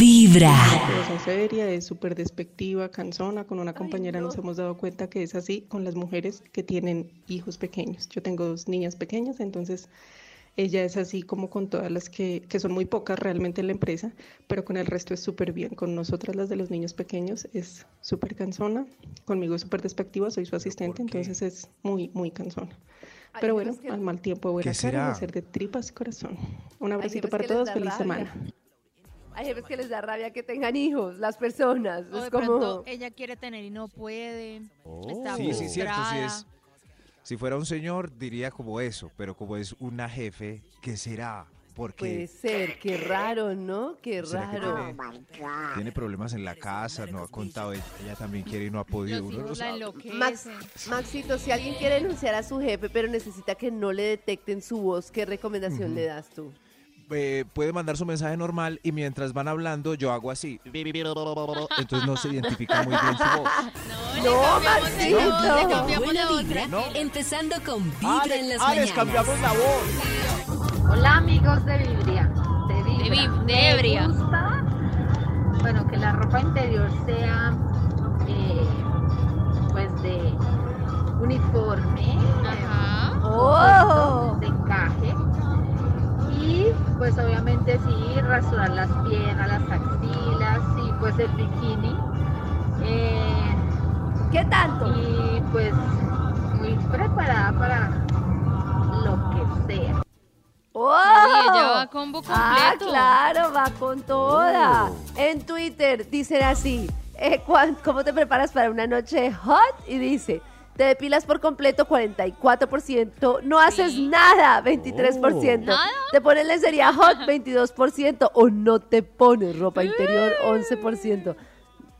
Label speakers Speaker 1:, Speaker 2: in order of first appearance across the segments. Speaker 1: Vibra.
Speaker 2: Ah.
Speaker 3: Soy seria, de súper despectiva, cansona. Con una compañera nos hemos dado cuenta que es así con las mujeres que tienen hijos pequeños. Yo tengo dos niñas pequeñas, entonces ella es así como con todas las que, que son muy pocas realmente en la empresa, pero con el resto es súper bien. Con nosotras, las de los niños pequeños, es súper cansona. Conmigo es súper despectiva, soy su asistente, entonces es muy, muy cansona.
Speaker 2: Hay
Speaker 3: Pero
Speaker 2: jefes
Speaker 3: bueno,
Speaker 2: que-
Speaker 3: al mal tiempo, buena
Speaker 4: ¿Qué
Speaker 3: cara y
Speaker 4: será?
Speaker 3: hacer de tripas y corazón. Un abracito
Speaker 2: jefes
Speaker 3: para
Speaker 2: pues que les
Speaker 3: todos,
Speaker 2: da
Speaker 3: feliz
Speaker 2: rabia.
Speaker 3: semana.
Speaker 2: Hay jefes que les da rabia que tengan hijos, las personas.
Speaker 5: O
Speaker 2: es
Speaker 5: de
Speaker 2: como...
Speaker 5: pronto eh, ella quiere tener y no puede. Está
Speaker 4: Oh. Sí, sí, cierto, sí
Speaker 5: frustrada.
Speaker 4: es. Si fuera un señor, diría como eso, pero como es una jefe, ¿qué será?
Speaker 2: Puede
Speaker 4: Porque
Speaker 5: Pues,
Speaker 2: ser, qué raro, ¿no? Qué
Speaker 4: será que
Speaker 2: raro.
Speaker 4: tiene,
Speaker 5: ah.
Speaker 4: tiene problemas en la casa, no ha contado, ella, ella también quiere y no ha podido.
Speaker 5: Los
Speaker 4: uno no
Speaker 5: hijos la
Speaker 4: sabe.
Speaker 5: enloquecen.
Speaker 2: Max, Maxito, si alguien quiere denunciar a su jefe, pero necesita que no le detecten su voz, ¿qué recomendación le das tú?
Speaker 4: Eh, puede mandar su mensaje normal y mientras van hablando, yo hago así. Entonces no se identifica muy bien su voz.
Speaker 2: No,
Speaker 5: No, le cambiamos de
Speaker 2: Maxito.
Speaker 5: voz, le cambiamos
Speaker 1: Buena
Speaker 5: la voz,
Speaker 1: vibra,
Speaker 5: tranquila.
Speaker 1: empezando con Vibra en las mañanas.
Speaker 4: la voz.
Speaker 6: Hola amigos de Vibria. De Vibra.
Speaker 5: De Vib- de
Speaker 6: Me
Speaker 5: Ebria.
Speaker 6: gusta, bueno, que la ropa interior sea eh, pues de uniforme,
Speaker 5: Ajá.
Speaker 2: ¡Oh!
Speaker 6: de encaje. Y pues obviamente sí, rasurar las piernas, las axilas, y pues el bikini. Eh,
Speaker 2: ¿Qué tanto?
Speaker 6: y pues muy preparada para lo que sea.
Speaker 2: ¡Oh!
Speaker 5: Y ella va combo completo.
Speaker 2: Ah, claro, va con
Speaker 4: Oh.
Speaker 2: toda. En Twitter dicen así, eh, cuan- ¿cómo te preparas para una noche hot? Y dice, te depilas por completo 44%, no haces nada 23%,
Speaker 5: Oh. ¿Nada?
Speaker 2: te pones lencería hot 22% o no te pones ropa interior 11%.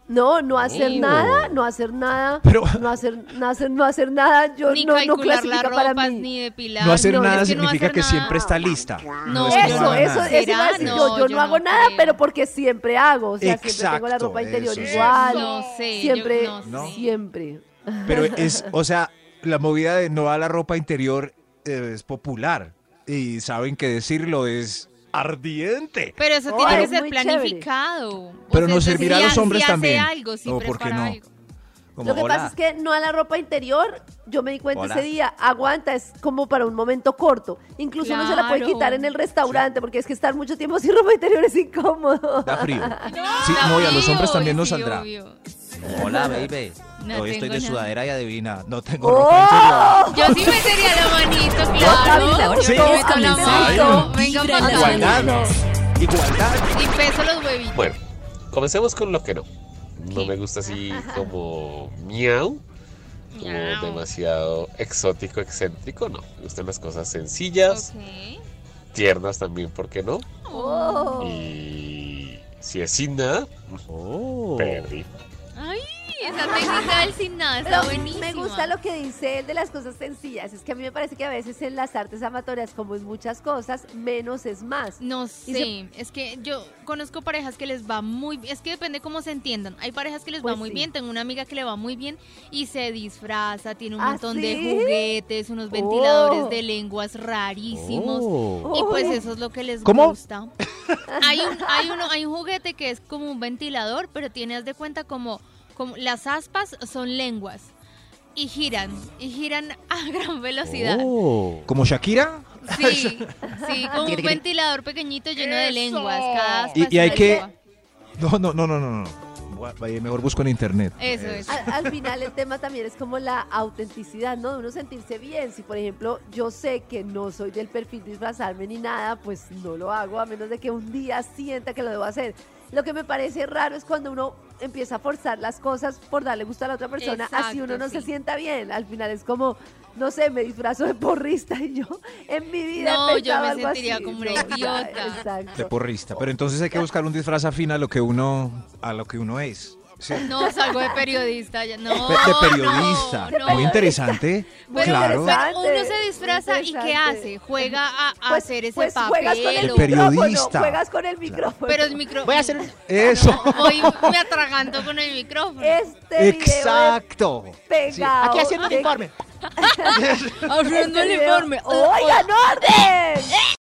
Speaker 2: No, no hacer
Speaker 4: Oh.
Speaker 2: nada, no hacer nada,
Speaker 4: Pero-
Speaker 2: no hacer, no hacer, no hacer nada, yo
Speaker 5: Ni
Speaker 2: no, no
Speaker 5: calcular
Speaker 2: clasifica
Speaker 5: las
Speaker 2: para
Speaker 5: ropas,
Speaker 2: mí.
Speaker 5: ni depilar.
Speaker 4: No hacer
Speaker 2: no,
Speaker 4: nada
Speaker 5: es que no
Speaker 4: significa
Speaker 5: hacer
Speaker 4: que
Speaker 5: nada.
Speaker 4: siempre está lista.
Speaker 5: No,
Speaker 4: es que
Speaker 5: yo
Speaker 2: Eso,
Speaker 4: no haga
Speaker 2: eso,
Speaker 4: nada.
Speaker 2: eso iba a
Speaker 5: ¿Será?
Speaker 2: decir
Speaker 5: No,
Speaker 2: yo. Yo
Speaker 5: yo
Speaker 2: no hago
Speaker 5: no
Speaker 2: nada,
Speaker 5: creo.
Speaker 2: pero porque siempre hago. O sea, siempre tengo la
Speaker 4: Exacto,
Speaker 2: ropa interior
Speaker 4: eso,
Speaker 2: igual.
Speaker 5: No sé, yo
Speaker 2: Ah, Siempre,
Speaker 5: no sé.
Speaker 2: siempre.
Speaker 4: Pero es, o sea, la movida de no a la ropa interior eh, es popular. Y saben que decirlo es ardiente.
Speaker 5: Pero eso
Speaker 2: Oh,
Speaker 5: tiene que
Speaker 2: es
Speaker 5: ser
Speaker 2: muy
Speaker 5: planificado. O
Speaker 4: Pero
Speaker 5: sea,
Speaker 4: nos
Speaker 5: es decir,
Speaker 4: servirá a
Speaker 5: si
Speaker 4: los
Speaker 5: ha-
Speaker 4: hombres
Speaker 5: si hace
Speaker 4: también.
Speaker 5: algo, si
Speaker 4: No, ¿por qué
Speaker 5: prepara
Speaker 4: no?
Speaker 5: algo.
Speaker 4: Como,
Speaker 2: Lo que
Speaker 4: "Hola".
Speaker 2: pasa es que no a la ropa interior, yo me di cuenta
Speaker 4: Hola.
Speaker 2: ese día, aguanta, es como para un momento corto. Incluso uno se la puede
Speaker 5: Claro.
Speaker 2: quitar en el restaurante, porque es que estar mucho tiempo sin ropa interior es incómodo.
Speaker 4: Da frío. Sí, no, y a los
Speaker 5: Sí,
Speaker 4: hombres
Speaker 5: obvio,
Speaker 4: también nos
Speaker 5: sí,
Speaker 4: saldrá.
Speaker 5: obvio.
Speaker 4: Hola, baby.
Speaker 5: No
Speaker 4: Hoy estoy
Speaker 5: tengo
Speaker 4: de
Speaker 5: nada.
Speaker 4: sudadera y adivina. No tengo ropa
Speaker 2: ¡Oh!
Speaker 5: Yo sí me sería la manito,
Speaker 2: Ahorita
Speaker 5: claro.
Speaker 2: Sí.
Speaker 5: Yo me
Speaker 2: es
Speaker 5: meto la
Speaker 2: comenzar
Speaker 5: mano.
Speaker 1: con
Speaker 5: Venga,
Speaker 1: Vibra en las
Speaker 5: pantalón.
Speaker 4: interior. Igualdad. Igualdad.
Speaker 5: Y peso los huevitos.
Speaker 7: Bueno, comencemos con lo que no. No
Speaker 5: ¿Qué?
Speaker 7: me gusta así como miau, como
Speaker 5: Miau.
Speaker 7: demasiado exótico, excéntrico, no. Me gustan las cosas sencillas,
Speaker 5: Ok.
Speaker 7: tiernas también, ¿por qué no?
Speaker 2: ¡Oh!
Speaker 7: Y si es sin nada, perdí.
Speaker 5: Ay, esa técnica del sin nada está
Speaker 2: Pero
Speaker 5: buenísima.
Speaker 2: me gusta lo que dice él de las cosas sencillas. Es que a mí me parece que a veces en las artes amatorias, como en muchas cosas, menos es más.
Speaker 5: No sé, es que yo conozco parejas que les va muy bien, es que depende cómo se entiendan. Hay parejas que les
Speaker 2: Pues
Speaker 5: va muy
Speaker 2: sí.
Speaker 5: bien, tengo una amiga que le va muy bien y se disfraza, tiene un
Speaker 2: ¿Ah,
Speaker 5: montón
Speaker 2: sí?
Speaker 5: de juguetes, unos
Speaker 2: Oh.
Speaker 5: ventiladores de lenguas rarísimos. Y pues eso es lo que les
Speaker 4: ¿Cómo?
Speaker 5: gusta. Hay un, hay uno, hay un juguete que es como un ventilador, pero tienes de cuenta como, como las aspas son lenguas y giran, y giran a gran velocidad.
Speaker 4: ¿Como Shakira?
Speaker 5: Sí, sí, como un ventilador pequeñito lleno de lenguas. Cada aspa
Speaker 4: Y- y
Speaker 5: es una
Speaker 4: hay que- No,
Speaker 5: lengua.
Speaker 4: no, no, no, no. no. Voy a- eh, Mejor busco en internet. Eh,
Speaker 5: Eso es.
Speaker 2: Al, al final el tema también es como la autenticidad, ¿no? De uno sentirse bien. Si por ejemplo yo sé que no soy del perfil disfrazarme ni nada, pues no lo hago a menos de que un día sienta que lo debo hacer. Lo que me parece raro es cuando uno empieza a forzar las cosas por darle gusto a la otra persona, así
Speaker 5: Exacto,
Speaker 2: uno no se
Speaker 5: sí.
Speaker 2: sienta bien. Al final es como, no sé, me disfrazo de porrista y yo en mi vida
Speaker 5: No,
Speaker 2: he
Speaker 5: yo
Speaker 2: pensado
Speaker 5: me
Speaker 2: algo
Speaker 5: sentiría
Speaker 2: así.
Speaker 5: como una
Speaker 2: o sea,
Speaker 5: idiota.
Speaker 4: De
Speaker 2: Exacto.
Speaker 4: porrista. Pero entonces hay que buscar un disfraz afín a lo que uno, a lo que uno es. Sí.
Speaker 5: No, salgo de periodista. ya- No,
Speaker 4: Pe- de periodista.
Speaker 5: no, no.
Speaker 4: Muy interesante.
Speaker 5: Bueno,
Speaker 4: claro.
Speaker 5: pero uno
Speaker 2: Interesante,
Speaker 5: se disfraza y ¿qué
Speaker 2: interesante.
Speaker 5: hace? Juega a, a
Speaker 2: Pues-
Speaker 5: hacer ese
Speaker 2: pues juegas con el
Speaker 5: papel. o-
Speaker 4: De periodista.
Speaker 2: micrófono, juegas con el micrófono.
Speaker 5: Pero el micrófono.
Speaker 4: Eso.
Speaker 5: Voy me atraganto con el micrófono.
Speaker 2: Este
Speaker 4: Exacto.
Speaker 2: video es pegado. Este
Speaker 4: Aquí haciendo un
Speaker 2: de-
Speaker 4: informe.
Speaker 5: Abriendo
Speaker 2: este
Speaker 5: el
Speaker 2: video-
Speaker 5: informe.
Speaker 2: ¡Oigan, orden!